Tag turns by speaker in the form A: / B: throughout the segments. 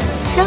A: 活，生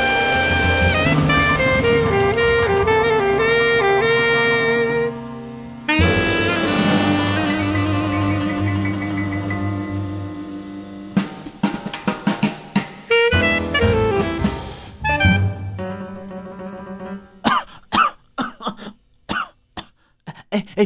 B: 哎哎，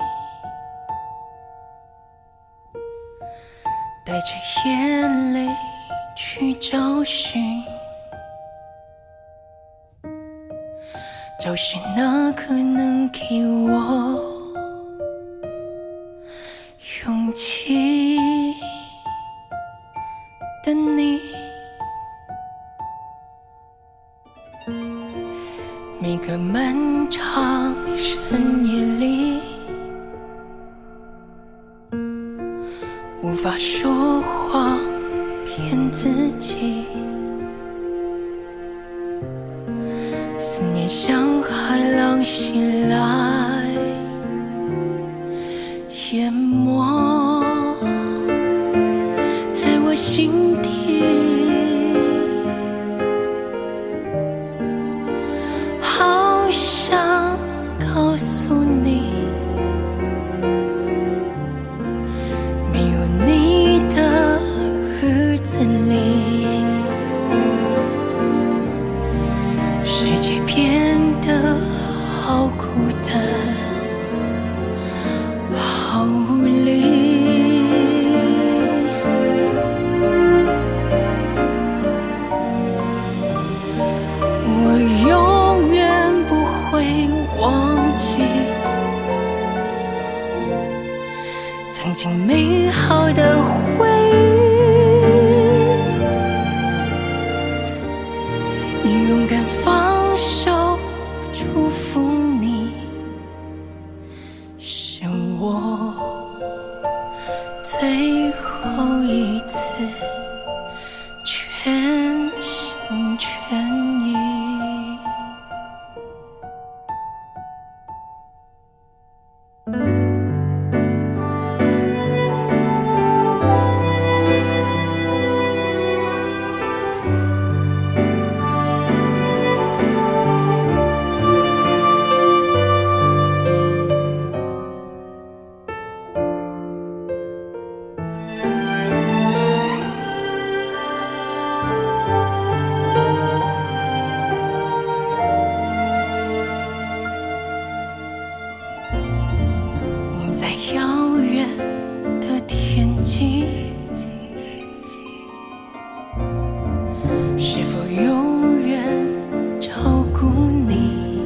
C: 带着眼泪去找寻，找寻那个能给我勇气的你。每个漫长深夜里，无法说谎骗自己，思念像海浪袭来，曾经美好的回忆。勇敢放手，祝福你，是我最后一次全心全意。你在遥远的天际，是否有人照顾你？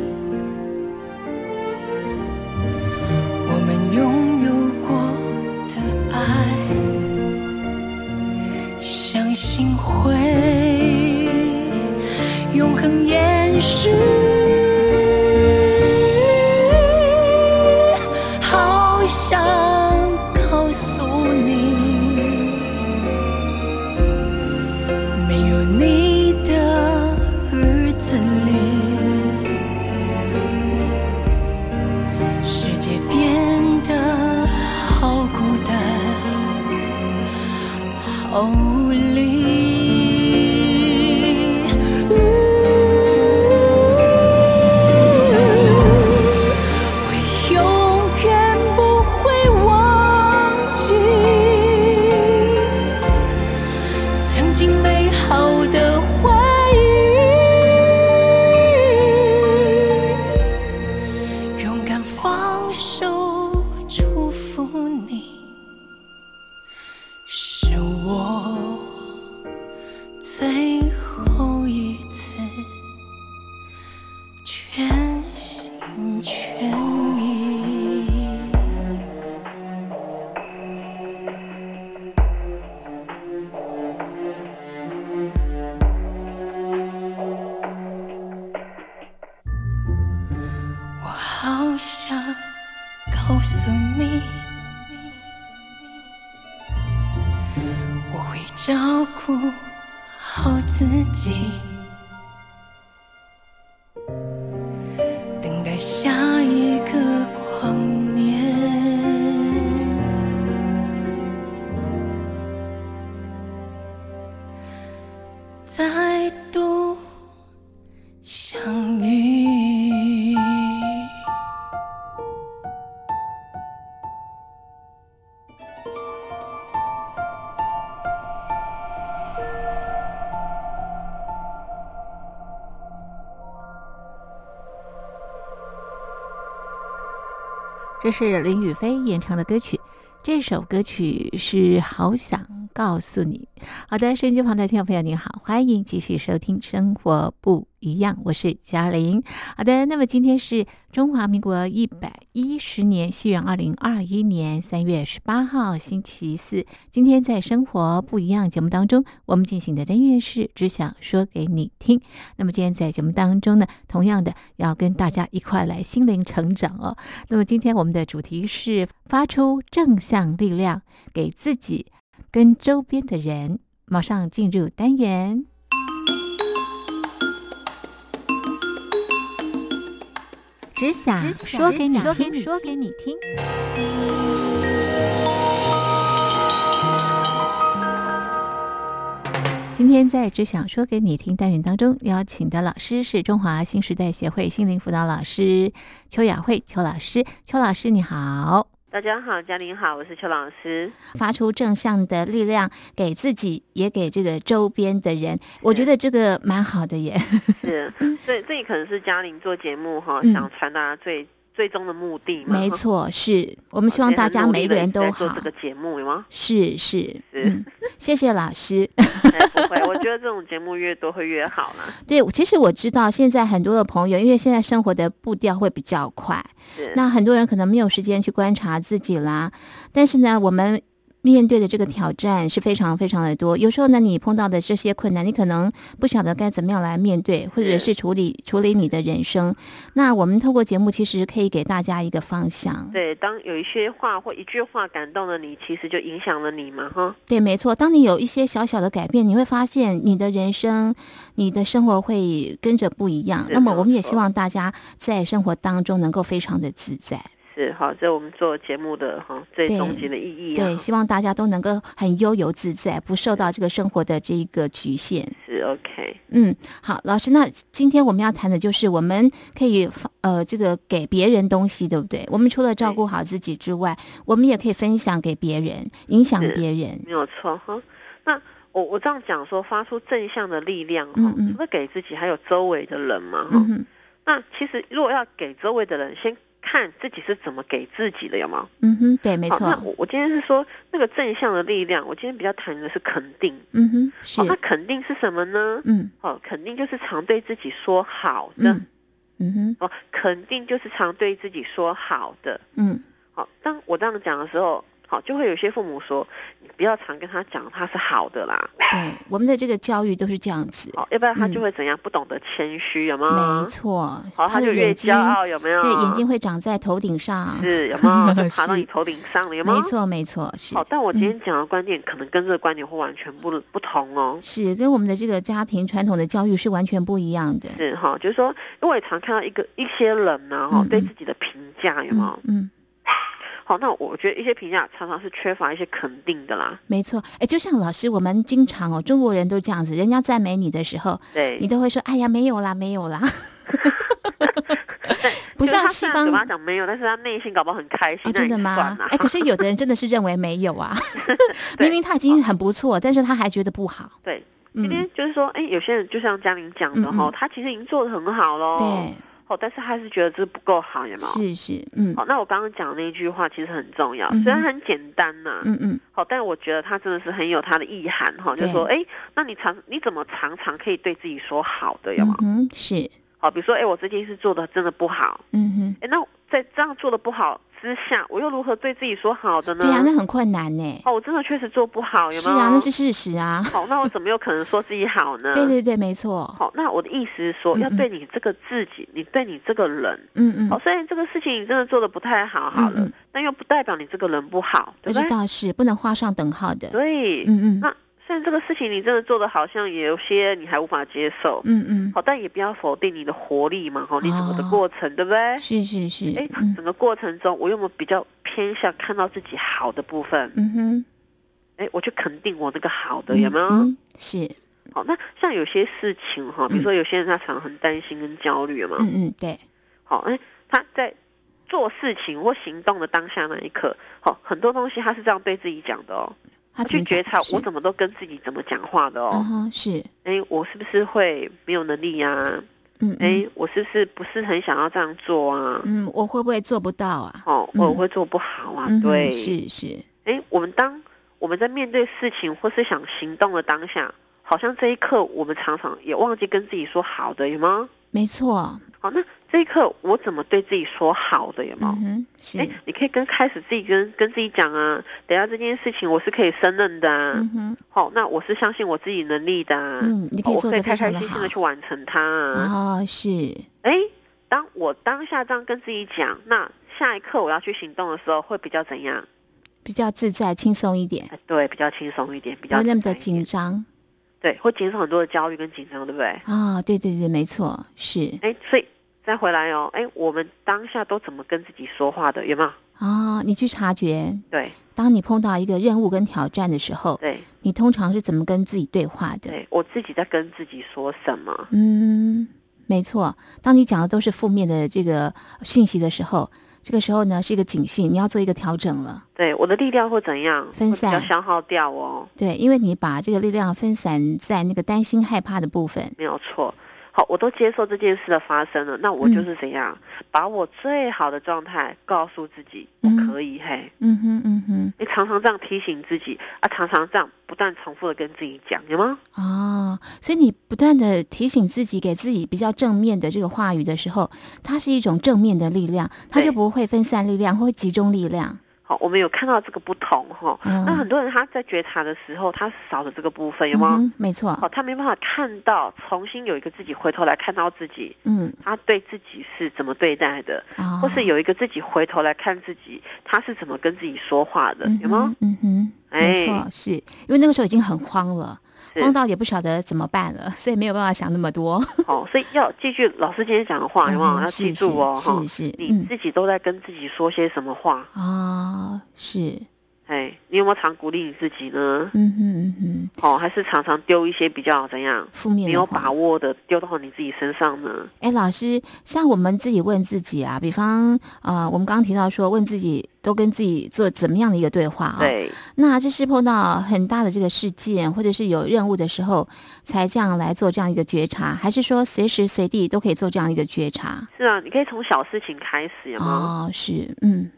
C: 我们拥有过的爱，相信会永恒延续。好想告诉你，没有你的日子里，世界变得好孤单，好无力。嗯我永远不会忘记曾经美好的回忆。勇敢放手，祝福你，是我最后一次。全心全意。我好想告诉你，我会照顾好自己。等待下一个光年。再度相遇。
A: 这是林宇飞演唱的歌曲。这首歌曲是《好想告诉你》。好的，收音机旁的听众朋友您好，欢迎继续收听《生活不一样》，我是嘉玲。好的，那么今天是中华民国一百一十年，西元二零二一年三月十八号，星期四。今天在《生活不一样》节目当中，我们进行的单元是“只想说给你听”。那么今天在节目当中呢，同样的要跟大家一块来心灵成长哦。那么今天我们的主题是发出正向力量，给自己跟周边的人。马上进入单元。只想说给你听，说给你听。今天在只想说给你听单元当中，邀请的老师是中华新时代协会心灵辅导老师邱雅慧邱老师。邱老师你好，
D: 大家好，嘉玲好，我是邱老 师。
E: 发出正向的力量给自己，也给这个周边的人。我觉得这个 蛮好的耶。
D: 是，所以这也可能是嘉玲做节目哈，
E: 嗯
D: 想传达最最终的目的嘛。
A: 没
D: 哈，哦
A: 错，是我们希望大家每一个人都
D: 在做
A: 好
D: 这。个节目有吗？
A: 是是，
D: 是
A: 嗯，谢谢老师。
D: 哎不会，我觉得这种节目越多会越好啦。
A: 对，我其实我知道现在很多的朋友，因为现在生活的步调会比较快，
D: 是
A: 那很多人可能没有时间去观察自己啦。但是呢，我们面对的这个挑战是非常非常的多。有时候呢，你碰到的这些困难，你可能不晓得该怎么样来面对，或者
D: 是
A: 是处理处理你的人生。那我们透过节目，其实可以给大家一个方向。
D: 对，当有一些话或一句话感动了你，其实就影响了你嘛，哈。
A: 对，没错。当你有一些小小的改变，你会发现你的人生、你的生活会跟着不一样。
D: 是
A: 那么，我们
D: 没
A: 也
D: 错
A: 希望大家在生活当中能够非常的自在。
D: 是好，这我们做节目的哈最
A: 对
D: 终极的意义啊
A: 对，，希望大家都能够很悠游自在，不受到这个生活的这一个局限。
D: 是 OK，
A: 嗯，好，老师，那今天我们要谈的就是我们可以发呃这个给别人东西，对不对？我们除了照顾好自己之外，我们也可以分享给别人，影响
D: 是
A: 别人。
D: 没有错哈。那我我这样讲说，发出正向的力量哈
A: 嗯，嗯
D: 除了给自己，还有周围的人嘛哈
A: 嗯。哼，
D: 那其实如果要给周围的人，先看自己是怎么给自己的，有吗？
A: 嗯哼，对，没
D: 好，那
A: 错。
D: 我我今天是说那个正向的力量，我今天比较谈的是肯定。
A: 嗯哼，是
D: 好，，那肯定是什么呢？
A: 嗯
D: 哦，肯定就是常对自己说好的。
A: 嗯嗯哼，
D: 哦，肯定就是常对自己说好的。
A: 嗯
D: 好，当我这样讲的时候，好，就会有些父母说，你不要常跟他讲他是好的啦，
A: 对，我们的这个教育都是这样子，
D: 好，要不然他就
A: 嗯
D: 会怎样，不懂得谦虚，有
A: 没
D: 吗？
A: 错。
D: 啊好，他
A: 的
D: 就越
A: 眼睛
D: 骄，傲，有没有？
A: 对，眼睛会长在头顶上，
D: 是有没有？就爬 到
A: 是
D: 你头顶上了，有
A: 没
D: 吗？
A: 错，没错，是。
D: 好，哦但我今天讲的观点可能跟这个观点会完全不不同哦。
A: 是跟我们的这个家庭传统的教育是完全不一样的。
D: 是哈，就是说，因为我也常看到一个一些人呢，哈
A: 嗯，
D: 对
A: 嗯
D: 自己的评价有没有
A: 嗯？嗯，
D: 好，那我觉得一些评价常常是缺乏一些肯定的啦。
A: 没错。哎，就像老师，我们经常哦，中国人都这样子，人家赞美你的时候，
D: 对，
A: 你都会说：“哎呀，没有啦，没 有啦。
D: 对”
A: 不像
D: 就是他
A: 西
D: 虽然
A: 方
D: 嘴巴讲没有，但是他内心搞不好很开心，
A: 哦，
D: 那
A: 真
D: 也
A: 的
D: 算
A: 吗
D: 啦？
A: 哎，可是有的人真的是认为没有啊，
D: 啊 对
A: 明明他已经很不错，但是他还觉得不好。
D: 对，今
A: 嗯，
D: 天就是说，哎，有些人就像嘉玲讲的
A: 嗯
D: 哈
A: 嗯，
D: 他其实已经做的很好喽，
A: 对，
D: 哦，但是他还是觉得这不够好，有没有？
A: 是是，嗯
D: 好，那我刚刚讲的那句话其实很重要
A: 嗯，哼
D: 虽然很简单呐，
A: 嗯嗯，
D: 好，但我觉得它真的是很有它的意涵哈，就是说，哎，那你常你怎么常常可以对自己说好的有
A: 嗯
D: 吗？
A: 哼，是，
D: 好，比如说，哎，我最近是做的真的不好，
A: 嗯哼，
D: 哎，那在这样做的不好之下，我又如何对自己说好的呢？
A: 对啊，那很困难呢。
D: 哦，我真的确实做不好，有没
A: 是
D: 有？
A: 啊，那是事实啊。
D: 好，那我怎么有可能说自己好 呢？
A: 对对对，没错。
D: 好，那我的意思是说，
A: 嗯嗯
D: 要对你这个自己，你对你这个人，
A: 嗯
D: 好，
A: 嗯，
D: 虽然这个事情你真的做的不太好，好了，
A: 嗯嗯
D: 但又不代表你这个人不好，对
A: 那
D: 不
A: 这
D: 对？
A: 倒啊是不能画上等号的。
D: 对，
A: 嗯嗯
D: 那虽然这个事情你真的做的好像有些你还无法接受，
A: 嗯嗯。
D: 好，但也不要否定你的活力嘛，哈，你整个的
A: 哦
D: 过程，对不对？
A: 是是是，
D: 哎，
A: 嗯
D: 整个过程中，我有没有比较偏向看到自己好的部分？
A: 嗯哼，
D: 哎，我去肯定我那个好的，
A: 嗯
D: 有没有？
A: 嗯是，
D: 好，那像有些事情哈，比如说有些人他常很担心跟焦虑嘛，
A: 嗯嗯，对，
D: 好，哎，他在做事情或行动的当下那一刻，好，很多东西他是这样对自己讲的哦，
A: 他
D: 去觉察我
A: 么
D: 怎么都跟自己怎么讲话的
A: 讲是，嗯
D: 哦，
A: 哼，是，
D: 哎，我是不是会没有能力呀、
A: 嗯，嗯
D: 哎，我是不是不是很想要这样做啊？
A: 嗯，我会不会做不到啊？
D: 哦，我
A: 嗯
D: 会做不好啊，
A: 嗯哼，
D: 对，
A: 是是，
D: 哎，我们当我们在面对事情或是想行动的当下，好像这一刻我们常常也忘记跟自己说好的，有吗？
A: 没错，
D: 好，那这一刻我怎么对自己说好的，有吗
A: 嗯？哼，是
D: 哎、，你可以跟开始自己跟跟自己讲啊，等一下这件事情我是可以胜任的啊，
A: 嗯哼，
D: 好、那我是相信我自己能力的啊，
A: 嗯，你可以
D: 我
A: 做
D: 可以
A: 的
D: 开
A: 非
D: 开
A: 常的
D: 心
A: 好
D: 心的去完成它啊。
A: 啊，是，
D: 哎、当我当下这样跟自己讲，那下一刻我要去行动的时候会比较怎样？
A: 比较自在轻松一点，
D: 哎对，比较轻松一点，比
A: 不
D: 较
A: 会那么
D: 自在
A: 的
D: 一点
A: 紧张
D: 对，会减少很多的焦虑跟紧张，对不对？
A: 啊，对对对，没错，是
D: 哎，所以再回来哦，哎，我们当下都怎么跟自己说话的，有没有？
A: 啊，你去察觉，
D: 对
A: 当你碰到一个任务跟挑战的时候，
D: 对
A: 你通常是怎么跟自己对话的？
D: 对，我自己在跟自己说什么？
A: 嗯，没错。当你讲的都是负面的这个讯息的时候，这个时候呢是一个警讯，你要做一个调整了。
D: 对，我的力量会怎样？
A: 分
D: 会比较
A: 散
D: 消耗掉哦，
A: 对，因为你把这个力量分散在那个担心、害怕的部分。
D: 没有错。好，我都接受这件事的发生了，那
A: 嗯
D: 我就是怎样、把我最好的状态告诉自己，我
A: 嗯
D: 可以嘿。
A: 嗯哼嗯哼，
D: 你常常这样提醒自己啊，常常这样不断重复的跟自己讲，有吗？
A: 哦，所以你不断的提醒自己，给自己比较正面的这个话语的时候，它是一种正面的力量，它就
D: 对
A: 不会分散力量，会集中力量。
D: 好，我们有看到这个不同哈、
A: 嗯
D: 那很多人他在觉察的时候，他少了这个部分，有
A: 嗯
D: 吗？
A: 哼，没错
D: 好，，他没办法看到，重新有一个自己回头来看到自己，
A: 嗯，
D: 他对自己是怎么对待的，
A: 啊、
D: 或是有一个自己回头来看自己，他是怎么跟自己说话的，有吗？
A: 嗯哼，嗯哼没
D: 哎
A: 错，是因为那个时候已经很慌了，
D: 是
A: 慌到也不晓得怎么办了， 所以没有办法想那么多。
D: 哦，所以要记住老师今天讲的 话，有没有？
A: 嗯
D: 要
A: 是
D: 记住哦，
A: 是
D: 哈
A: 是，是
D: 你
A: 嗯
D: 自己都在跟自己说些什么话？
A: 啊、是，
D: 哎，你有没有常鼓励你自己呢？
A: 嗯哼嗯哼，
D: 哦，还是常常丢一些比较怎样
A: 负面的
D: 没有
A: 话
D: 把握的丢到你自己身上呢？
A: 哎，老师，像我们自己问自己啊，比方呃，我们刚刚提到说问自己，都跟自己做怎么样的一个对话啊？。
D: 对，
A: 那这是碰到很大的这个事件，或者是有任务的时候，才这样来做这样一个觉察，还是说随时随地都可以做这样一个觉察？
D: 是啊，你可以从小事情开始，有吗？
A: 哦，是，嗯，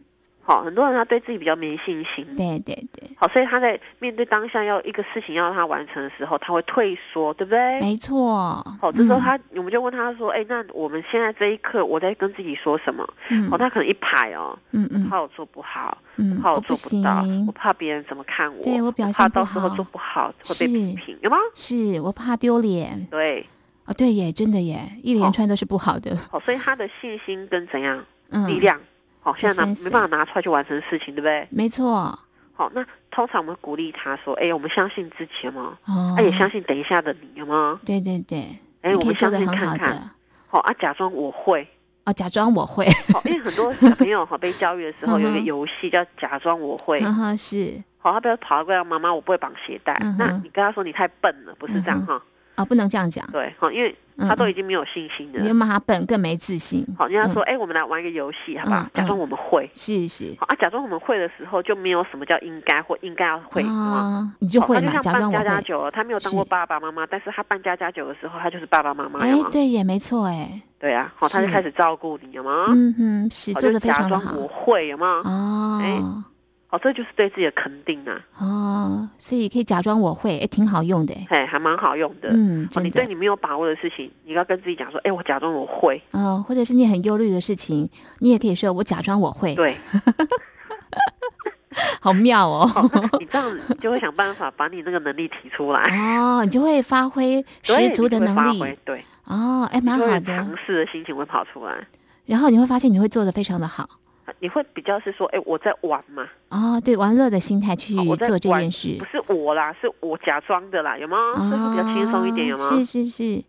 D: 好，很多人他对自己比较没信心。
A: 对对对，
D: 好，所以他在面对当下要一个事情要他完成的时候，他会退缩，对不对？
A: 没错。嗯
D: 好，这时候他，我们就问他说：“哎，那我们现在这一刻，我在跟自己说什么？”
A: 嗯，
D: 哦，
A: 嗯
D: 他可能一排哦，
A: 嗯嗯
D: 怕我做不好，
A: 嗯，
D: 怕我
A: 哦不
D: 做不到，
A: 行
D: 我，怕别人怎么看我，
A: 对我表
D: 怕
A: 现不
D: 到时候
A: 好
D: 做不好会
A: 是
D: 被批评，有吗？
A: 是我怕丢脸
D: 对，
A: 哦，对耶，真的耶，一连
D: 好
A: 串都是不好的，
D: 好，所以他的信心跟怎样
A: 嗯，
D: 力，量，好，
A: 就
D: 现在拿
A: 分散
D: 没办法拿出来去完成事情，对不对？
A: 没错，
D: 好，那通常我们鼓励他说：“哎，我们相信自己吗？哎
A: 哦，
D: 他也相信等一下的你吗？
A: 对对对，
D: 哎，
A: 你
D: 我
A: 可以
D: 们
A: 做
D: 相
A: 的
D: 信
A: 很好
D: 看看。
A: 的
D: 好啊，假装我会。
A: 哦，假装我会，
D: 好，因为很多小朋友 哈被教育的时候
A: 嗯哼嗯
D: 有一个游戏叫假装我会。
A: 哈哈，是
D: 好，他不要跑过来，妈妈我不会绑鞋带
A: 嗯哼。
D: 那你跟他说你太笨了，不是这样哈？
A: 啊，不能这样讲，
D: 对，好，因为
A: 嗯
D: 他都
A: 嗯
D: 已经没有信心
A: 你就
D: 了。
A: 骂他笨，更没自信，
D: 好，人家说：“哎，我们来玩一个游戏，好不好
A: 嗯？
D: 假装
A: 嗯
D: 我们会。”
A: 是是
D: 好啊，假装我们会的时候就没有什么叫应该或应该要会，懂
A: 啊，
D: 吗
A: 你就
D: 好
A: 会
D: 哦他
A: 嘛，
D: 就像
A: 假
D: 办
A: 装我
D: 家家
A: 会，
D: 酒，他没有当过
A: 是
D: 爸爸妈妈，但是他办家家酒的时候，他就是爸爸妈妈
A: 哎
D: 呀嘛，，
A: 对耶，没错哎，
D: 对啊，好，他就是开始照顾你，有吗？
A: 嗯哼，是
D: 啊好，
A: 做
D: 就
A: 的非
D: 假
A: 常的
D: 装
A: 好，
D: 我会，有吗？哎
A: 哦
D: 好，这就是对自己的肯定啊，
A: 哦，所以可以假装我会，哎，挺好用的，哎
D: 哎，还蛮好用的。
A: 嗯，
D: 哦，
A: 真
D: 你对
A: 的，
D: 你没有把握的事情，你要跟自己讲说，哎，我假装我会，
A: 嗯，或者是你很忧虑的事情，你也可以说我假装我会，
D: 对，
A: 好妙哦。
D: 好，那你这样你就会想办法把你那个能力提出来，
A: 哦，你就会发挥
D: 对
A: 十足的
D: 你就会发
A: 能力
D: 挥对，
A: 哦，哎，
D: 你
A: 蛮
D: 就会
A: 好
D: 有尝
A: 的。
D: 试的心情会跑出来，
A: 然后你会发现你会做的非常的好
D: 你会比较是说，哎，我在玩嘛，
A: 哦，对，玩乐的心态去
D: 好我在
A: 做这
D: 玩
A: 件事
D: 不是我啦，是我假装的啦，有吗？
A: 啊，
D: 这是比较轻松一点，有吗？
A: 哦是是是，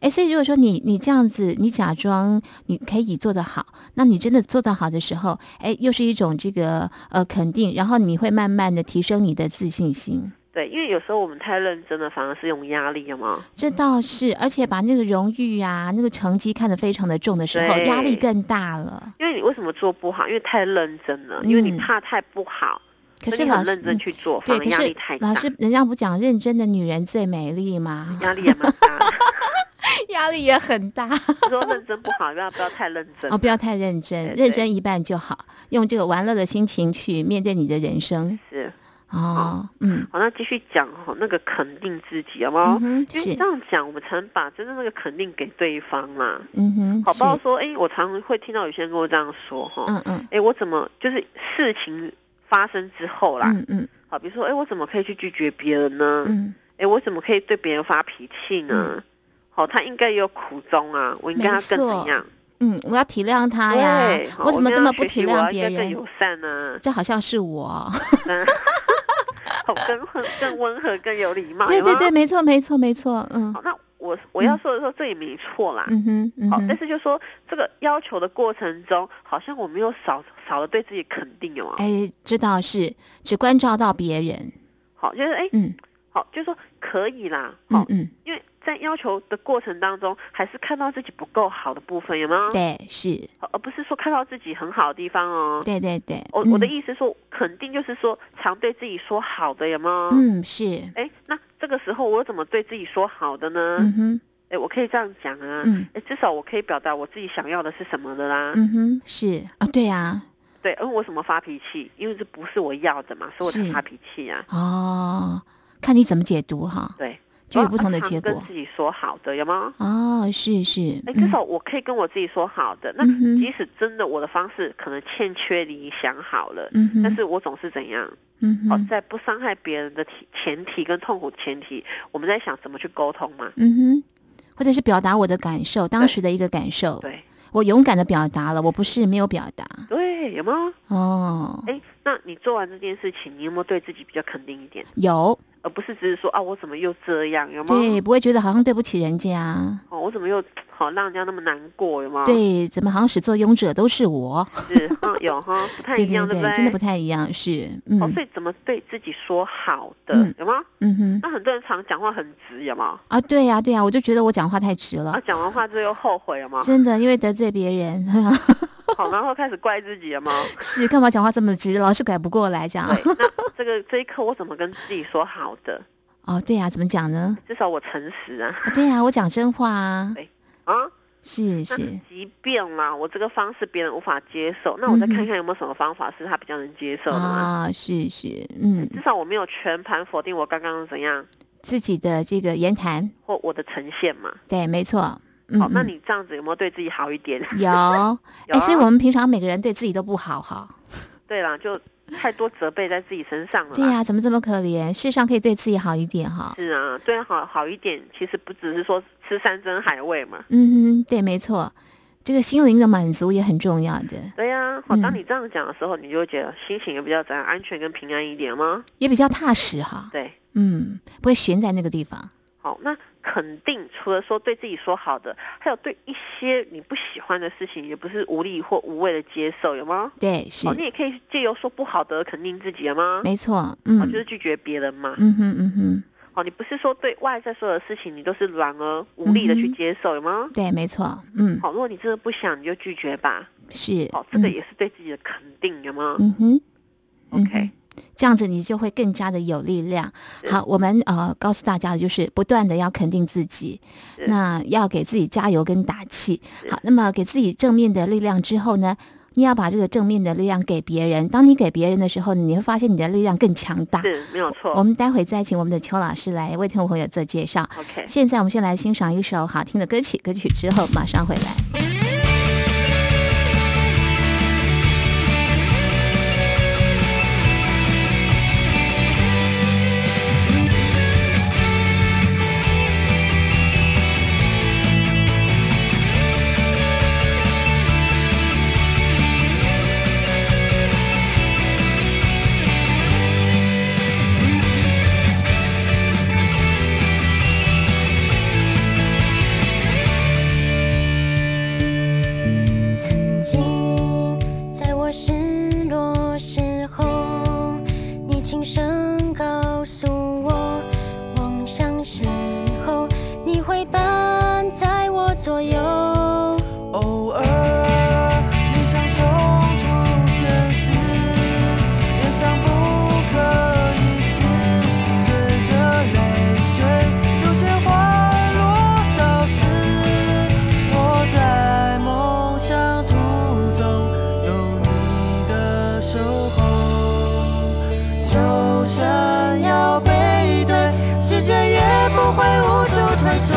A: 哎，所以如果说你你这样子，你假装你可以做得好，那你真的做得好的时候，哎，又是一种这个呃肯定，然后你会慢慢的提升你的自信心。
D: 对，因为有时候我们太认真了，反而是用压力，有吗？
A: 这倒是，而且把那个荣誉啊、那个成绩看得非常的重的时候，
D: 对
A: 压力更大了。
D: 因为你为什么做不好？因为太认真了，因为你
A: 嗯
D: 怕太不好，
A: 可
D: 所以
A: 是
D: 你
A: 老
D: 很
A: 师，
D: 认真
A: 嗯
D: 去做，
A: 对，
D: 反而
A: 可
D: 压力
A: 是
D: 太大？
A: 老，师，人家不讲认真的女人最美丽吗
D: 压力也蛮大的。
A: 压力也很大
D: 你说认真不好，不要不要太认真
A: 哦，。不要太认真，
D: 对对
A: 认真一半就好，用这个玩乐的心情去面对你的人生
D: 是，
A: 哦，嗯，
D: 好，那继续讲哈，那个肯定自己，有
A: 嗯
D: 吗？
A: 哼，
D: 因为
A: 是
D: 这，样讲，我们才能把真正那个肯定给对方嘛。
A: 嗯哼，
D: 好，
A: 是
D: 包括说，哎，我常会听到有些人跟我这样说哈，
A: 嗯嗯
D: 哎，我怎么就是事情发生之后啦，
A: 嗯嗯
D: 好，比如说，哎，我怎么可以去拒绝别人呢？
A: 嗯，
D: 哎，我怎么可以对别人发脾气呢？好、他应该也有苦衷啊，我应该要更
A: 没错
D: 怎样？
A: 嗯，我要体谅他呀
D: 对，，好
A: 我怎么这么不体谅
D: 我应
A: 别
D: 该要学习我要应该更
A: 人
D: 友？善呢、
A: 这好像是 我，
D: 嗯好，更温更温和，更有礼貌。
A: 对
D: 有没
A: 对对，。
D: 有
A: 没错没错没错，嗯
D: 哎好，那我我要说的时候，这也没错啦。
A: 嗯哼嗯
D: 好，但
A: 哼，
D: 是就说这个要求的过程中，好像我没有少少了对自己肯定哦。
A: 哎，知道是只关照到别人，
D: 好，就是哎，
A: 嗯
D: 好，就是说可以啦。好、
A: 嗯嗯，
D: 因为在要求的过程当中，还是看到自己不够好的部分，有没有？
A: 嗯对是，
D: 好而不是说看到自己很好的地方哦。
A: 对对对，
D: 我我的
A: 嗯
D: 意思说，肯定就是说，常对自己说好的，有没有？
A: 嗯是，
D: 哎，那这个时候我怎么对自己说好的呢？
A: 嗯哼，
D: 哎，我可以这样讲啊，
A: 嗯
D: 哎，至少我可以表达我自己想要的是什么的啦。
A: 嗯哼，是啊，对啊，
D: 对，因为我为什么发脾气？因为这不是我要的嘛，所以我
A: 是
D: 才发脾气啊。
A: 哦，看你怎么解读哈，
D: 对，
A: 就有不同的
D: 我要
A: 结
D: 哦常
A: 果
D: 跟。自己说好的，有吗？
A: 哦，是是，
D: 哎，至
A: 嗯
D: 少我可以跟我自己说好的。那
A: 嗯哼
D: 即使真的我的方式可能欠缺理想好了，
A: 嗯哼，
D: 但是我总是怎样？
A: 嗯
D: 哦
A: 哼，，
D: 在不伤害别人的提前提跟痛苦前提，我们在想怎么去沟通嘛？
A: 嗯哼，或者是表达我的感受，当
D: 对
A: 时的一个感受，
D: 对
A: 我勇敢的表达了，我不是没有表达。
D: 对，有没有？
A: 哦，
D: 哎，那你做完这件事情，你有没有对自己比较肯定一点，
A: 有
D: 而不是只是说啊，我怎么又这样？有没
A: 对，
D: 有？
A: 不会觉得好像对不起人家，
D: 哦，我怎么又好让人家那么难过？有没有？
A: 对，怎么好像始作俑者都是我？
D: 是哈，有哈，不太
A: 对
D: 一
A: 对
D: 样，
A: 对
D: 不，对？
A: 真的不太一样，是，
D: 哦，
A: 嗯
D: 所以怎么对自己说好的，
A: 嗯
D: 有吗？
A: 嗯哼，
D: 那很多人常讲话很直，有吗？
A: 啊，对呀、对呀、我就觉得我讲话太直
D: 啊
A: 了，，
D: 讲完话之后又后悔，有吗？
A: 真的，因为得罪别人，
D: 好，然后开始怪自己，有吗？
A: 是干嘛讲话这么直，老是改不过来这样。
D: 对，那这个这一刻我怎么跟自己说好的？
A: 哦，对呀、怎么讲呢？
D: 至少我诚实啊
A: 啊对呀、我讲真话啊，
D: 对啊！
A: 是
D: 那
A: 是，
D: 即便啦，我这个方式别人无法接受，那我再
A: 嗯哼
D: 看看有没有什么方法是他比较能接受的嘛？
A: 啊，是是，嗯，
D: 至少我没有全盘否定我刚刚怎样
A: 自己的这个言谈，
D: 或我的呈现嘛。
A: 对，没错。嗯，
D: 哦，那
A: 嗯
D: 你这样子有没有对自己好一点？
A: 有
D: 有
A: 哎，所以
D: 啊
A: 我们平常每个人对自己都不好哈。
D: 对啦，就太多责备在自己身上了啦。
A: 对呀、怎么这么可怜？事实上可以对自己好一点哈。
D: 是啊，对啊好好一点，其实不只是说吃山珍海味嘛。
A: 嗯哼，对，没错，这个心灵的满足也很重要的，
D: 对呀、好，当
A: 嗯
D: 你这样讲的时候，你就会觉得心情也比较怎样安全跟平安一点吗？
A: 也比较踏实哈。
D: 对，
A: 嗯，不会悬在那个地方。
D: 好，那肯定除了说对自己说好的，还有对一些你不喜欢的事情，也不是无力或无谓的接受，有吗？
A: 对，是
D: 好，，哦你也可以借由说不好的肯定自己，有吗？
A: 没错。
D: 好，
A: 嗯
D: 就，是拒绝别人嘛。
A: 嗯哼，嗯哼，
D: 好，你不是说对外在所有的事情你都是软而无力的去
A: 嗯哼
D: 接受，有吗？
A: 对，没错。嗯，
D: 好，如果你真的不想，你就拒绝吧。
A: 是。
D: 好，这个
A: 嗯
D: 哦也是对自己的肯定，有吗？
A: 嗯哼。嗯
D: OK，
A: 哼这样子你就会更加的有力量。
D: 是
A: 好，我们呃告诉大家的就是不断的要肯定自己，
D: 是
A: 那要给自己加油跟打气。
D: 是
A: 好，那么给自己正面的力量之后呢，你要把这个正面的力量给别人。当你给别人的时候，你会发现你的力量更强大。
D: 是没有
A: 我
D: 错。
A: 们待会再请我们的邱老师来为听众朋友做介绍。
D: OK，
A: 现在我们先来欣赏一首好听的歌曲，歌曲之后马上回来。
C: 曾经在我失落时候，你轻声告诉我，望向身后，你会伴在我左右。
F: 偶尔你将重复现实，脸上不可一世，随着泪水逐渐滑落消失。我在梦想途中有你的守候。就算要背对，世界也不会无处退缩。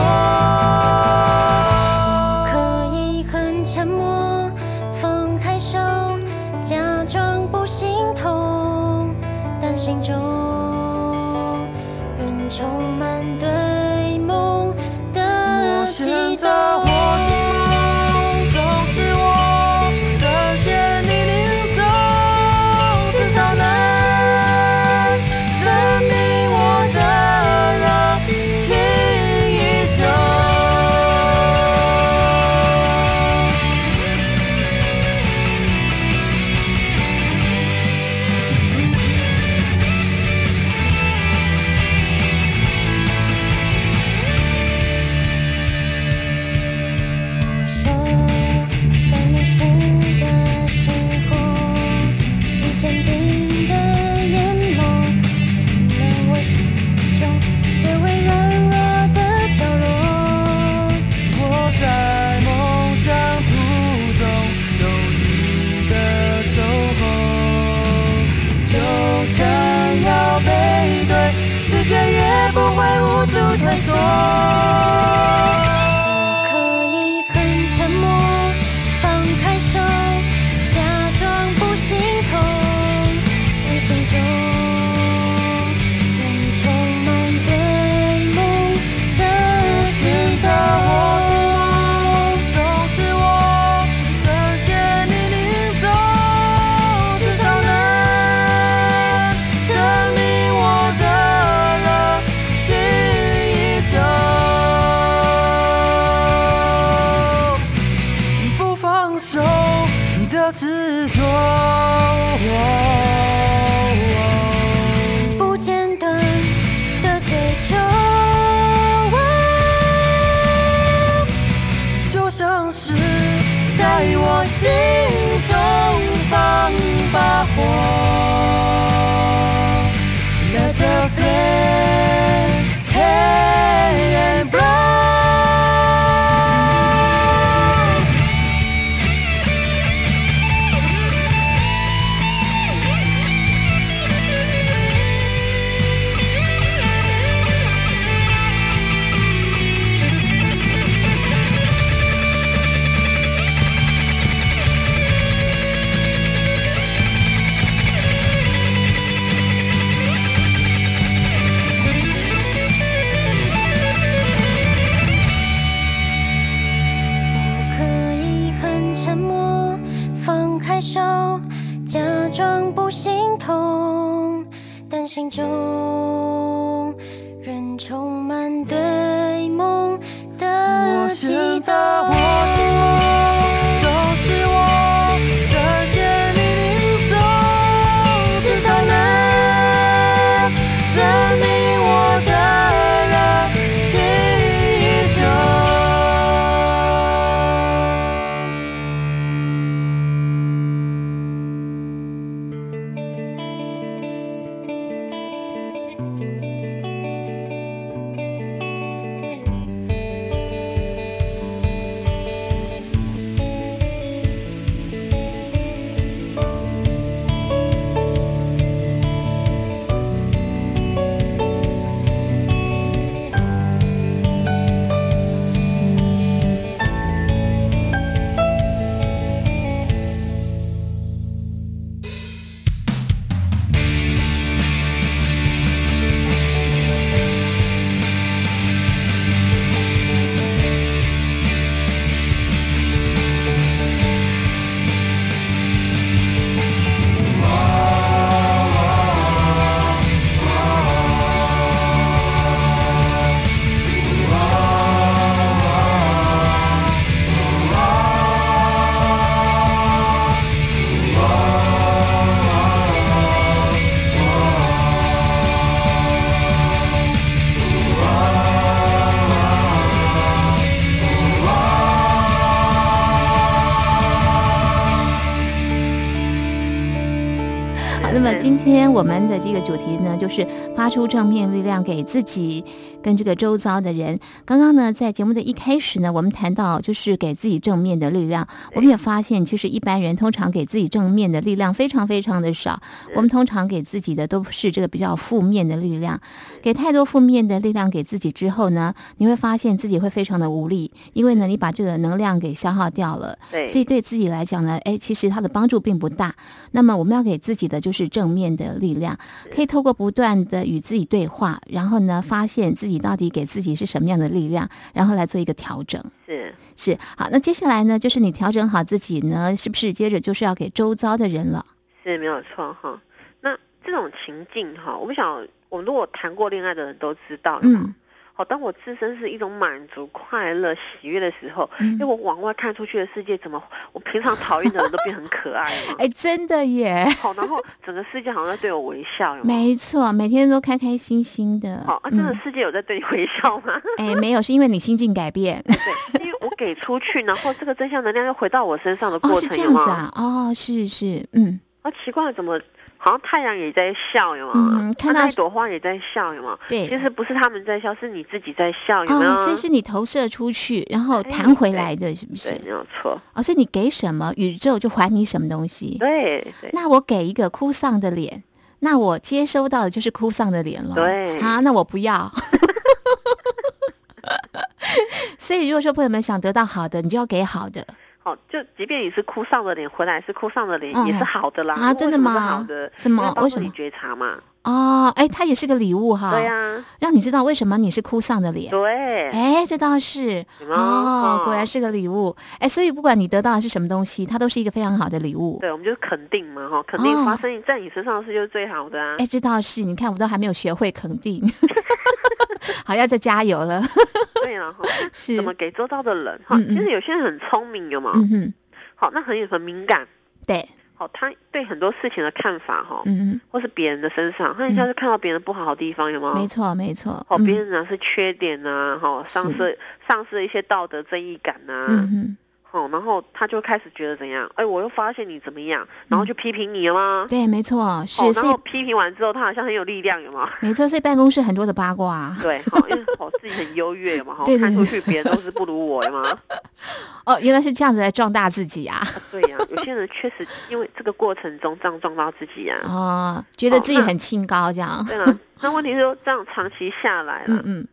C: 可以很沉默，放开手，假装不心痛，但心中仍充满对梦的
F: 我
C: 悸
F: 选
C: 动
F: 择。活着，纵使我深陷泥泞中，至少能证明我的热情依旧。退缩。
C: 我可以很沉默，放开手，假装不心痛。人生中，能充满对梦的期
F: 在我
C: 待。
F: 中，总是我深陷泥泞中，至少能证明我的热情依旧，不放手的执着。
C: 不间断的追求。
F: 就像是在我心中放把火。Let the flame and burn。
C: 我可以很沉默，放开手，假装不心痛，但心中仍充满对梦的
F: 我
C: 期
F: 现
C: 待
F: 在。我紧握，总是我深陷泥泞中，至少能证明我的热情依旧。
A: 好，那么今天我们的这个主题呢，就是发出正面力量给自己跟这个周遭的人。刚刚呢，在节目的一开始呢，我们谈到就是给自己正面的力量。我们也发现，其实一般人通常给自己正面的力量非常非常的少，我们通常给自己的都是这个比较负面的力量。给太多负面的力量给自己之后呢，你会发现自己会非常的无力，因为呢，你把这个能量给消耗掉了。
D: 对，
A: 所以对自己来讲呢，哎，其实它的帮助并不大。那么我们要给自己的就是正面的力量，可以透过不断的与自己对话，然后呢，
D: 嗯
A: 发现自己到底给自己是什么样的力量，然后来做一个调整。
D: 是
A: 是好，那接下来呢，就是你调整好自己呢，是不是接着就是要给周遭的人了？
D: 是没有错哈。那这种情境哈，我们想，我们如果谈过恋爱的人都知道，
A: 嗯，
D: 好，当我自身是一种满足、快乐、喜悦的时候，
A: 嗯
D: 因为我往外看出去的世界，怎么我平常讨厌的人都变很可爱了嘛？
A: 哎，真的耶，
D: 好，然后整个世界好像在对我微笑，有吗？
A: 没错，每天都开开心心的。
D: 好哦啊，真的
A: 嗯，
D: 世界有在对你微笑吗？
A: 哎，没有，是因为你心境改变
D: 对，因为我给出去，然后这个正向能量又回到我身上的
A: 哦，
D: 过
A: 是
D: 程，
A: 这
D: 有
A: 样子
D: 吗？
A: 啊，哦，是是，嗯。
D: 啊，奇怪，怎么好像太阳也在笑，有吗？
A: 嗯看到
D: 啊那一朵花也在笑，有吗？
A: 对
D: 其实不是他们在笑，是你自己在笑，有没有？
A: 哎哦，所以是你投射出去，然后
D: 哎
A: 弹回
D: 对
A: 来的，是不是
D: 对，？没有错，
A: 哦，所以你给什么，宇宙就还你什么东西。
D: 对对
A: 那我给一个哭丧的脸，那我接收到的就是哭丧的脸了。
D: 对
A: 啊，那我不要。 所以如果说朋友们想得到好的，你就要给好的。
D: 好，就即便你是哭丧着脸回来，是哭丧着脸、
A: 嗯
D: 也是好的啦。
A: 啊真的吗
D: 为什么是好的，
A: 怎么
D: 因为帮
A: 为
D: 助
A: 什么
D: 你觉察嘛。
A: 哦，哎，它也是个礼物哈，
D: 对呀，
A: 让你知道为什么你是哭丧的脸。
D: 对，
A: 哎，这倒是
D: 有没有
A: 哦，果然
D: 嗯
A: 是个礼物。哎，所以不管你得到的是什么东西，它都是一个非常好的礼物。
D: 对，我们就是肯定嘛，哈，肯定
A: 哦
D: 发生在你身上的事就是最好的啊。
A: 哎，这倒是，你看我都还没有学会肯定， 好要再加油了。
D: 对了，哈，
A: 是，
D: 怎么给周遭的人哈？
A: 嗯嗯
D: 其实有些人很聪明，有没有？
A: 嗯哼，
D: 好，那很有很敏感，
A: 对，
D: 好，他对很多事情的看法哈，
A: 嗯
D: 或是别人的身上，他一下就看到别人不好的地方，有没
A: 嗯，没
D: 有？
A: 错没错。
D: 哦，
A: 嗯
D: 别人呢是缺点呐，哈，丧失丧失了一些道德正义感呐，
A: 嗯哼，
D: 好，然后他就开始觉得怎样？哎，我又发现你怎么样，然后就批评你了吗？
A: 对，没错，
D: 哦
A: 嗯是，，
D: 然
A: 所
D: 后
A: 以
D: 批评完之后，他好像很有力量，有 吗？
A: 没错，所以办公室很多的八卦啊。
D: 对，好，因为我自己很优越，有吗？哈
A: 对对
D: 看出
A: 对
D: 去别人都是不如我，有吗？
A: 哦，原来是这样子来壮大自己啊！
D: 对呀、有些人确实因为这个过程中这样撞到自己呀、啊。
A: 哦，觉得
D: 哦
A: 自己
D: 那
A: 很清高这样。
D: 对啊啦，那问题是说这样长期下来
A: 嗯
D: 了，
A: 嗯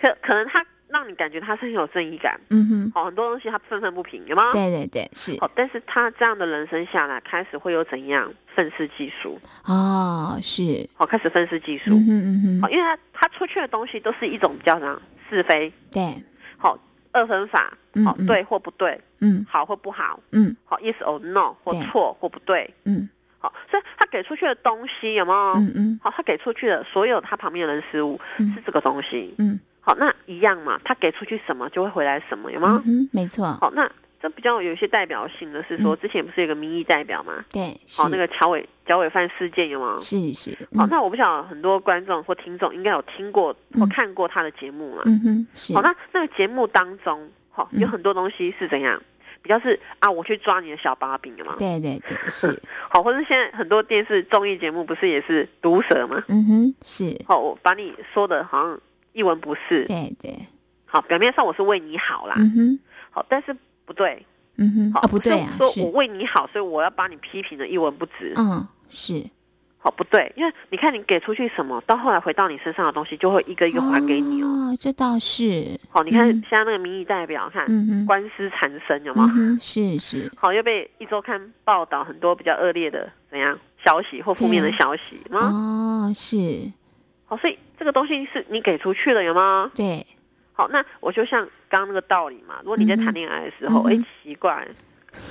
D: 可可能他让你感觉他是很有正义感，哦
A: 嗯哼，
D: 好、很多东西他愤愤不平，有吗？
A: 对对对，是
D: 啊好、哦但是他这样的人生下来，开始会有怎样愤世嫉俗？
A: 哦，是，
D: 好、开始愤世嫉俗。
A: 嗯哼嗯
D: 好、
A: 哼，
D: 因为他他出去的东西都是一种比较上是非，
A: 对，
D: 好、二分法，
A: 嗯
D: 好、
A: 嗯
D: 对或不对，
A: 嗯
D: 好或不好，
A: 嗯
D: 好、yes or no 或
A: 对
D: 错或不对，
A: 嗯
D: 好、所以他给出去的东西有没有？
A: 嗯嗯
D: 好，他给出去的所有他旁边的人事物
A: 嗯
D: 是这个东西。
A: 嗯
D: 好，那一样嘛，他给出去什么就会回来什么，有吗
A: 嗯？哼，没错，
D: 好，那这比较有一些代表性的是
A: 嗯
D: 说，之前不是有个民意代表嘛？
A: 对，是
D: 哦好，那个乔伟脚尾饭事件有吗？
A: 是是，
D: 好，
A: 嗯
D: 那我不晓得很多观众或听众应该有听过或
A: 嗯
D: 看过他的节目嘛？哦
A: 嗯哼是，
D: 好，那那个节目当中，好，有
A: 嗯
D: 很多东西是怎样？比较是啊，我去抓你的小把柄了嘛？
A: 对对对是，
D: 好，或者现在很多电视综艺节目不是也是毒舌嘛？
A: 嗯哼是，
D: 好，我把你说的好像一文不值。
A: 对对，
D: 好，表面上我是为你好啦，
A: 嗯哼
D: 好，但是不对，
A: 嗯哼
D: 好，
A: 啊不对
D: 是
A: 啊
D: 说我
A: 是，
D: 为你好，所以我要把你批评的一文不值，
A: 嗯是，
D: 好，哦不对，因为你看你给出去什么，到后来回到你身上的东西，就会一个一个还给你哦。
A: 哦，这倒是，
D: 好，你看
A: 嗯
D: 现在那个民意代表，看、
A: 嗯哼
D: 官司缠身，有
A: 嗯
D: 吗？
A: 哼是是，
D: 好，又被一周刊报道很多比较恶劣的怎样消息或负面的
A: 对啊
D: 消息吗？
A: 哦是，
D: 好，所以这个东西是你给出去了，有吗？
A: 对，
D: 好，那我就像刚刚那个道理嘛，如果你在
A: 嗯哼
D: 谈恋爱的时候，哎、
A: 嗯哼
D: 奇怪，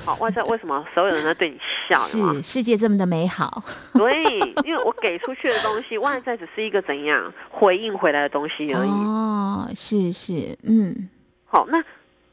D: 好，外在为什么所有人都对你笑？有吗
A: 是世界这么的美好，
D: 对，因为我给出去的东西，外在只是一个怎样回应回来的东西而已。
A: 哦是是，嗯
D: 好，那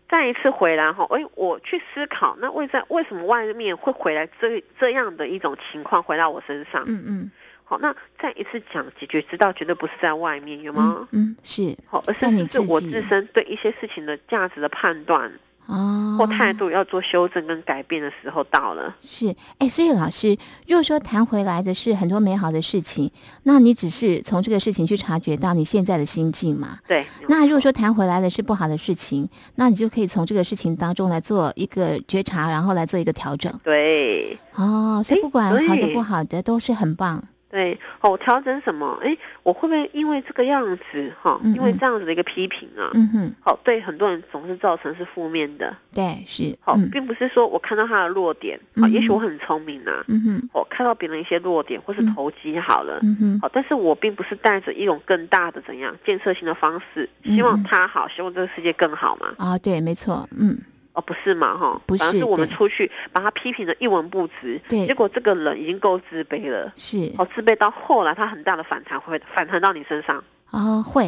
D: 再一次回来哈，哎，我去思考，那外在为什么外面会回来这这样的一种情况回到我身上？
A: 嗯嗯
D: 好，那再一次讲几句，知道绝对不是在外面，有
A: 嗯
D: 吗？
A: 嗯是，
D: 好，而是
A: 在你
D: 是我
A: 自己
D: 自身对一些事情的价值的判断
A: 哦
D: 或态度要做修正跟改变的时候到了。
A: 是，哎，所以老师，如果说谈回来的是很多美好的事情，那你只是从这个事情去察觉到你现在的心境嘛？
D: 对，
A: 那如果说谈回来的是不好的事情，那你就可以从这个事情当中来做一个觉察，然后来做一个调整。
D: 对。
A: 哦，所以
D: 诶
A: 不管好的
D: 对
A: 不好的都是很棒。
D: 对，哦，我调整什么？哎，我会不会因为这个样子哈，
A: 嗯
D: 因为
A: 嗯
D: 这样子的一个批评啊，
A: 嗯哼，
D: 好、对很多人总是造成是负面的。
A: 对，是，
D: 好、
A: 嗯
D: 并不是说我看到他的弱点，好、也许我很聪明啊，
A: 嗯哼，
D: 我、看到别人一些弱点或是
A: 嗯
D: 投机好了，好、
A: 嗯哼，
D: 但是我并不是带着一种更大的怎样建设性的方式，希望
A: 嗯
D: 他好，希望这个世界更好嘛？
A: 啊、对，没错，嗯，
D: 哦，不是嘛，哈、
A: 不
D: 反而
A: 是
D: 是我们
A: 对
D: 出去把他批评的一文不值，
A: 对
D: 结果这个人已经够自卑了。
A: 是，
D: 好，自卑到后来，他很大的反弹会反弹到你身上，
A: 啊、会，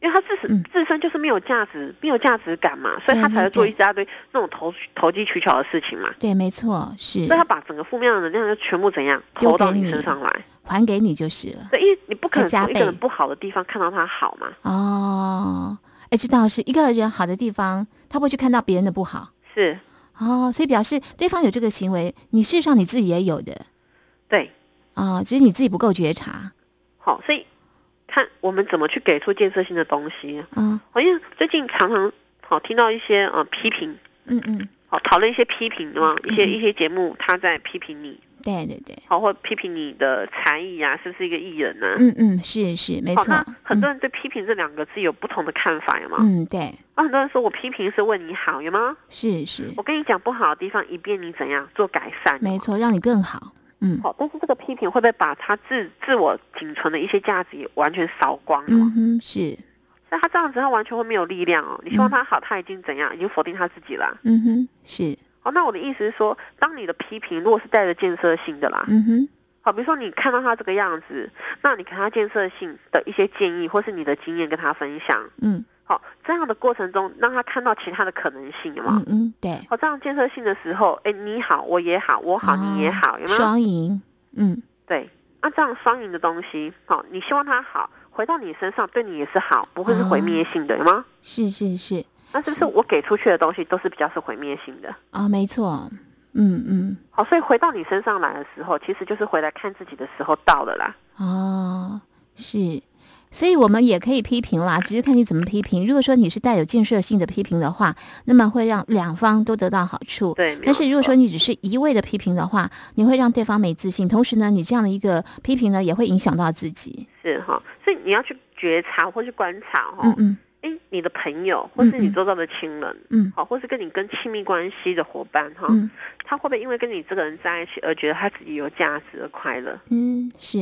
D: 因为他自身
A: 嗯
D: 自身就是没有价值、没有价值感嘛，所以他
A: 对
D: 才
A: 对
D: 会做
A: 对
D: 一大堆那种投投机取巧的事情嘛。
A: 对，没错，是
D: 所以，他把整个负面的能量就全部怎样
A: 丢
D: 投到
A: 给
D: 你
A: 你
D: 身上来。
A: 还给你就是了。
D: 对，因为你不可能
A: 再加
D: 从一个人
A: 倍
D: 不好的地方看到他好嘛。
A: 哦，哎，这倒是一个人好的地方，他不会去看到别人的不好。
D: 是，
A: 哦，所以表示对方有这个行为，你事实上你自己也有的
D: 对，
A: 啊、只是你自己不够觉察
D: 好，所以看我们怎么去给出建设性的东西。
A: 啊、
D: 好像最近常常好听到一些呃批评，
A: 嗯嗯嗯
D: 好讨论一些批评的嘛，一些一些节目他在批评你，
A: 对对对，
D: 好，或批评你的才艺啊，是不是一个艺人呢、
A: 嗯嗯，是是，没
D: 好，
A: 错
D: 那，很
A: 嗯
D: 多人对“批评”这两个字有不同的看法，有吗？
A: 嗯，对，
D: 啊，很多人说我批评是为你好，有吗？
A: 是是
D: 我，跟你讲不好的地方，以便你怎样做改善。
A: 没。错，让你更好，嗯
D: 好，但是这个批评会不会把他自自我仅存的一些价值也完全扫光了？
A: 嗯哼，是，
D: 那他这样子，他完全会没有力量哦。你希望他好，他已经怎样？已经否定他自己了。
A: 嗯哼，是，
D: 哦，那我的意思是说，当你的批评如果是带着建设性的啦，
A: 嗯哼，
D: 好，比如说你看到他这个样子，那你给他建设性的一些建议，或是你的经验跟他分享，
A: 嗯
D: 好，这样的过程中让他看到其他的可能性，有吗
A: 嗯？嗯，对，
D: 好，这样建设性的时候，哎，你好，我也好，我好，你也
A: 哦
D: 好，有没有？
A: 双赢，嗯
D: 对，那这样双赢的东西，好，你希望他好，回到你身上对你也是好，不会是毁
A: 哦
D: 灭性的，有吗？
A: 是是是，
D: 那是不
A: 是
D: 是我给出去的东西都是比较是毁灭性的？
A: 啊，没错，嗯嗯，
D: 好，所以回到你身上来的时候，其实就是回来看自己的时候到了啦。
A: 哦，是，所以我们也可以批评啦，只是看你怎么批评。如果说你是带有建设性的批评的话，那么会让两方都得到好处。
D: 对没有
A: 但是如果
D: 错
A: 说你只是一味的批评的话，你会让对方没自信，同时呢，你这样的一个批评呢，也会影响到自己。
D: 是哈、所以你要去觉察或去观察哈、
A: 嗯嗯
D: 哎、你的朋友或是
A: 嗯
D: 你
A: 嗯
D: 周遭的亲人，
A: 嗯
D: 好、或是跟你跟亲密关系的伙伴哈、
A: 嗯
D: 他会不会因为跟你这个人在一起而觉得他自己有价值而快乐？
A: 嗯，是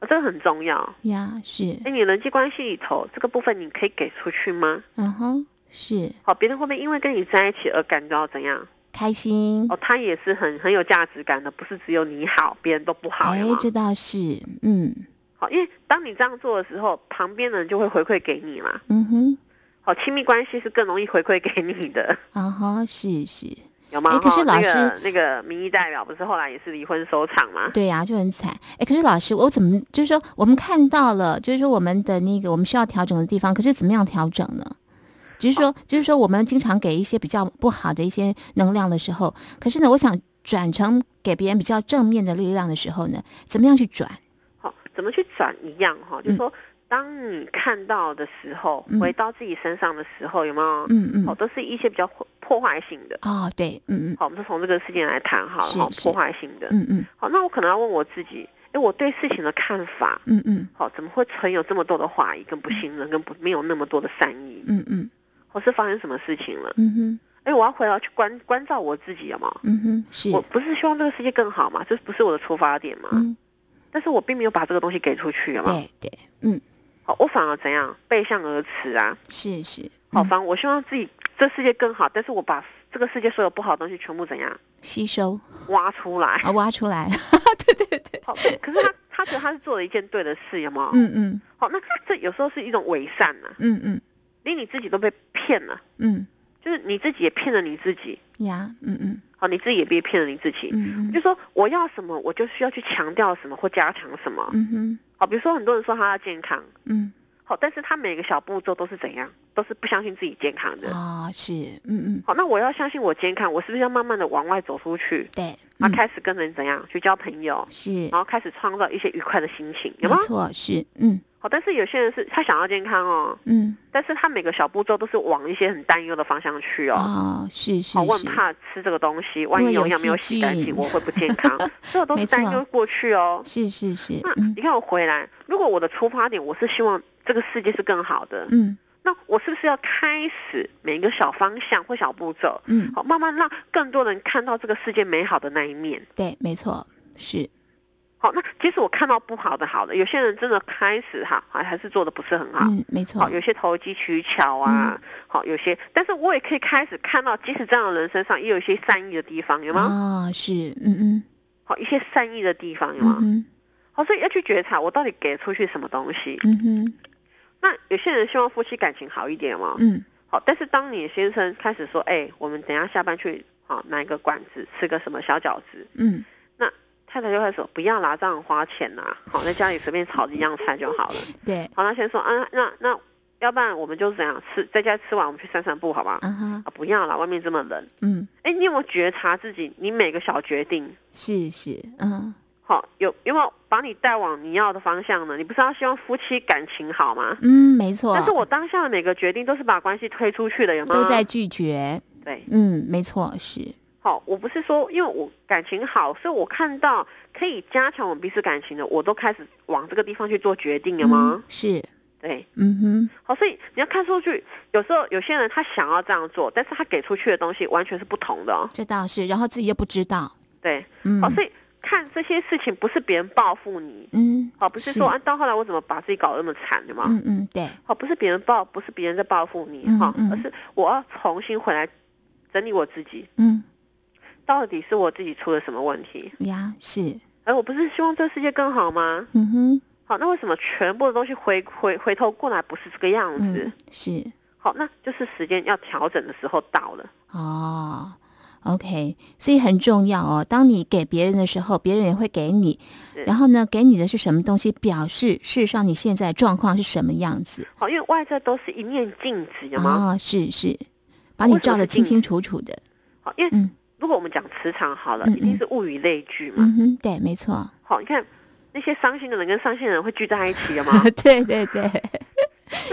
D: 哦、这个很重要。
A: 呀，是，
D: 哎，你人际关系里头这个部分你可以给出去吗？
A: 嗯哼，是
D: 好，别人会不会因为跟你在一起而感到怎样？
A: 开心。
D: 哦，他也是很很有价值感的，不是只有你好，别人都不好
A: 哎
D: 有没有，
A: 这倒是，嗯
D: 好，因为当你这样做的时候，旁边的人就会回馈给你嘛。
A: 嗯哼，
D: 好，亲密关系是更容易回馈给你 的，
A: 啊哈，是是。
D: 有吗？
A: 哎可是
D: 哈
A: 老师
D: 那个那个民意代表不是后来也是离婚收场吗？
A: 对呀、就很惨。哎，可是老师，我怎么就是说，我们看到了，就是说我们的那个我们需要调整的地方，可是怎么样调整呢？只是
D: 哦
A: 说，就是说我们经常给一些比较不好的一些能量的时候，可是呢，我想转成给别人比较正面的力量的时候呢，怎么样去转？
D: 好，怎么去转一样哈？就说当你看到的时候，
A: 嗯
D: 回到自己身上的时候，有没有？
A: 嗯
D: 好，
A: 嗯，
D: 都是一些比较破破坏性的。
A: 哦，对，嗯
D: 好，我们就从这个事件来谈好了
A: 是
D: 哈，
A: 是
D: 破坏性的。
A: 嗯嗯
D: 好，那我可能要问我自己，哎，我对事情的看法，
A: 嗯嗯
D: 好，怎么会存有这么多的怀疑、跟不信任、跟不没有那么多的善意？
A: 嗯嗯嗯
D: 或是发生什么事情了？
A: 嗯哼
D: 哎，我要回来去关关照我自己，有吗？
A: 嗯哼，是
D: 我，不是希望这个世界更好嘛？这不是我的出发点嘛？
A: 嗯，
D: 但是我并没有把这个东西给出去，有吗？
A: 对对，嗯，
D: 好，我反而怎样背向而驰啊？
A: 是是，
D: 好，
A: 嗯
D: 反正我希望自己这世界更好，但是我把这个世界所有不好的东西全部怎样
A: 吸收
D: 挖出来？
A: 啊，挖出来，
D: 好，可是他他觉得他是做了一件对的事，有吗？
A: 嗯嗯
D: 好，那这有时候是一种伪善啊呐、
A: 嗯嗯
D: 连你自己都被骗了，
A: 嗯
D: 就是你自己也骗了你自己，
A: 呀，嗯嗯
D: 好，你自己也被骗了你自己。
A: 嗯
D: 就
A: 嗯
D: 说我要什么，我就需要去强调什么或加强什么。
A: 嗯哼。
D: 好，比如说很多人说他要健康，
A: 嗯
D: 好，但是他每个小步骤都是怎样，都是不相信自己健康的。
A: 啊、是，嗯嗯，
D: 好，那我要相信我健康，我是不是要慢慢的往外走出去，
A: 对，
D: 然
A: 嗯
D: 啊后开始跟人怎样去交朋友，
A: 是
D: 然，后开始创造一些愉快的心情，有
A: 没
D: 吗？
A: 错，是，嗯
D: 好，但是有些人是他想要健康哦，
A: 嗯，
D: 但是他每个小步骤都是往一些很担忧的方向去哦。
A: 哦，是是
D: 好，我很
A: 是，
D: 怕吃这个东西，万一
A: 因为有
D: 营养没有
A: 细
D: 洗干
A: 菌
D: 净，我会不健 康，这个都是
A: 没错
D: 担忧过去哦。
A: 是是是，
D: 那
A: 嗯
D: 你看我回来，如果我的出发点我是希望这个世界是更好的，
A: 嗯
D: 那我是不是要开始每一个小方向或小步骤，
A: 嗯，
D: 好，慢慢让更多人看到这个世界美好的那一面？
A: 对，没错，是，
D: 好，那即使我看到不好的，好的，有些人真的开始哈，还还是做的不是很好。
A: 嗯，没
D: 啊好，
A: 错，
D: 有些投机取巧啊，好，有些，但是我也可以开始看到，即使这样的人身上也有一些善意的地方，有吗？
A: 啊、是，嗯嗯
D: 好，一些善意的地方，有
A: 嗯
D: 吗？
A: 哼
D: 好，所以要去觉察，我到底给出去什么东西？
A: 嗯哼
D: 那有些人希望夫妻感情好一点嘛，
A: 嗯，
D: 好，但是当你先生开始说，哎，我们等一下下班去啊买一个馆子吃个什么小饺子，
A: 嗯
D: 太太就开始说不要啦，这样很花钱呐，好，在家里随便炒几样菜就好了。
A: 对，
D: 好，那先说，啊，那那要不然我们就怎样吃，在家吃完我们去散散步，好吧？
A: 啊哈，
D: 啊，不要啦，外面这么冷。
A: 嗯，
D: 哎，你有没有觉察自己，你每个小决定？
A: 是是，嗯，
D: 好，有有没有把你带往你要的方向呢？你不是要希望夫妻感情好吗？
A: 嗯，没错，
D: 但是我当下的每个决定都是把关系推出去的，有吗？
A: 都在拒绝，
D: 对。
A: 嗯，没错，是，
D: 好，我不是说，因为我感情好，所以我看到可以加强我们彼此感情的，我都开始往这个地方去做决定了吗？
A: 嗯是，
D: 对，
A: 嗯
D: 好，所以你要看出去，有时候有些人他想要这样做，但是他给出去的东西完全是不同的哦
A: 哼，。这倒是，然后自己又不知道，
D: 对，
A: 嗯
D: 好，，哦所以看这些事情不是别人报复你，
A: 嗯，
D: 好，不是
A: 是
D: 说啊，到后来我怎么把自己搞得那么惨的嘛？
A: 嗯嗯，对，
D: 好，哦不是别人报，不是别人在报复你
A: 嗯
D: 哈、
A: 嗯
D: 而是我要重新回来整理我自己，
A: 嗯
D: 到底是我自己出了什么问题？哎
A: 呀，是，
D: 而我不是希望这个世界更好吗？
A: 嗯哼，
D: 好，那为什么全部的东西回回回头过来不是这个样子？
A: 嗯，是，
D: 好，那就是时间要调整的时候到了。
A: 哦，OK，所以很重要哦。当你给别人的时候，别人也会给你。
D: 是
A: 然后呢，给你的是什么东西，表示事实上你现在状况是什么样子
D: 好，因为外在都是一面镜子，有吗？
A: 哦，是是，把你
D: 为什
A: 照
D: 么
A: 得
D: 是
A: 清清
D: 镜子
A: 楚楚的。
D: 好，因为
A: 嗯
D: 如果我们讲磁场好了，
A: 嗯嗯
D: 一定是物以类聚嘛。
A: 嗯哼，对，没错，？
D: 好，你看那些伤心的人跟伤心的人会聚在一起，有吗
A: 对对对，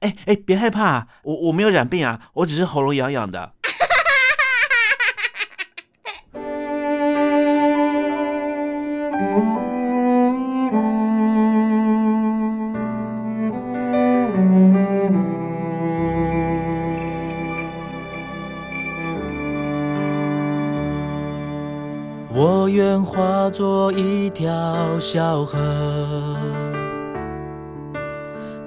B: 哎哎，别害怕，我我没有染病啊，我只是喉咙痒痒的。
F: 我愿化作一条小河，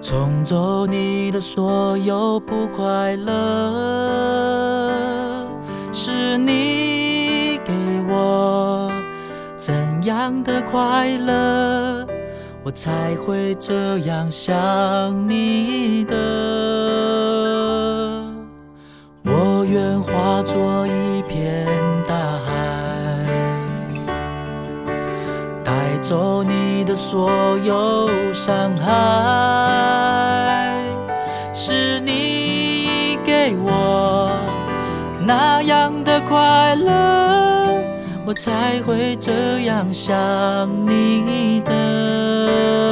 F: 冲走你的所有不快乐。是你给我怎样的快乐，我才会这样想你的。我愿化作一片大海，带走你的所有伤害。是你给我那样的快乐，我才会这样想你的。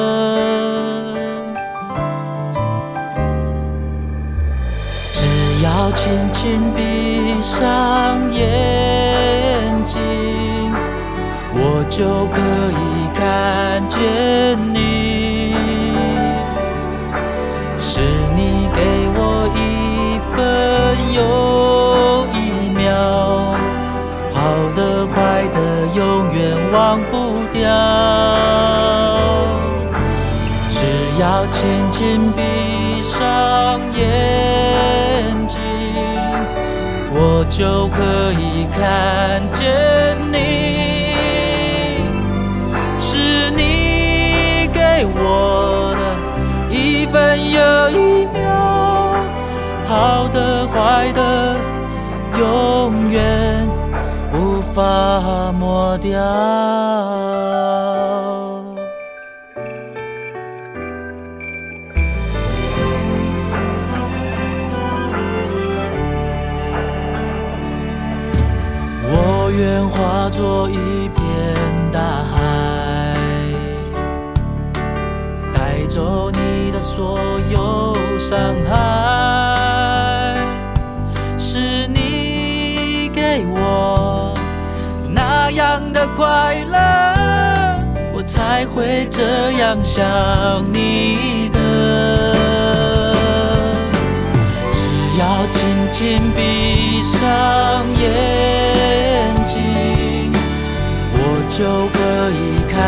F: 只要轻轻闭上眼睛，我就可以看见你。是你给我一分又一秒，好的坏的永远忘不掉。只要轻轻闭上眼睛，我就可以看见你。是你给我的一分又一秒，好的坏的，永远无法抹掉。我愿化作一片大海，带走你的所有伤害。是你给我那样的快乐，我才会这样想你的。只要轻轻闭上眼睛，我就可以看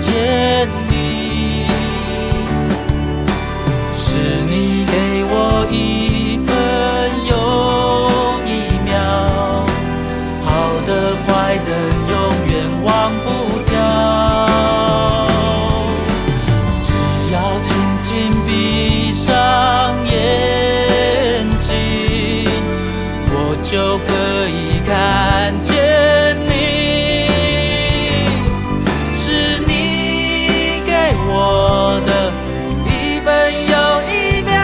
F: 见你。是你给我一分又一秒，好的坏的永远忘不掉。只要轻轻闭上眼睛，我就可以看见你。是你给我的一分又一秒，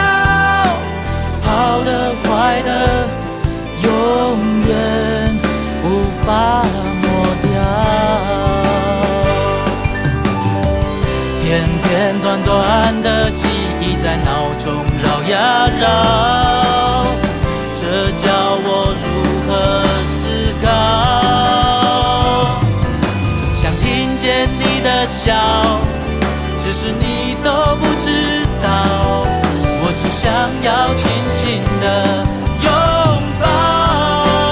F: 好的坏的，永远无法抹掉。片片段段的记忆在脑中绕呀绕，这教我如何思考。想听见你的笑，只是你都不知道，我只想要轻轻的拥抱。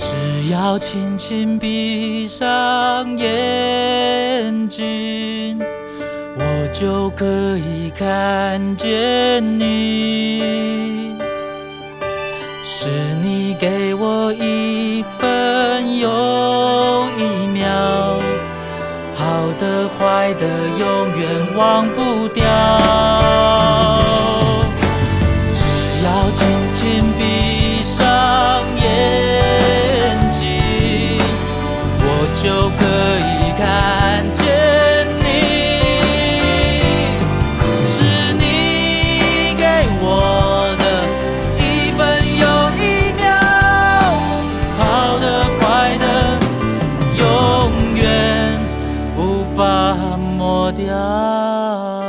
F: 只要轻轻闭上眼睛，我就可以看见你。是你给我一分又一秒，好的坏的永远忘不掉。只要轻轻闭上眼睛，我就可以看见你。是你给我的一分又一秒，好的坏的，永远无法抹掉。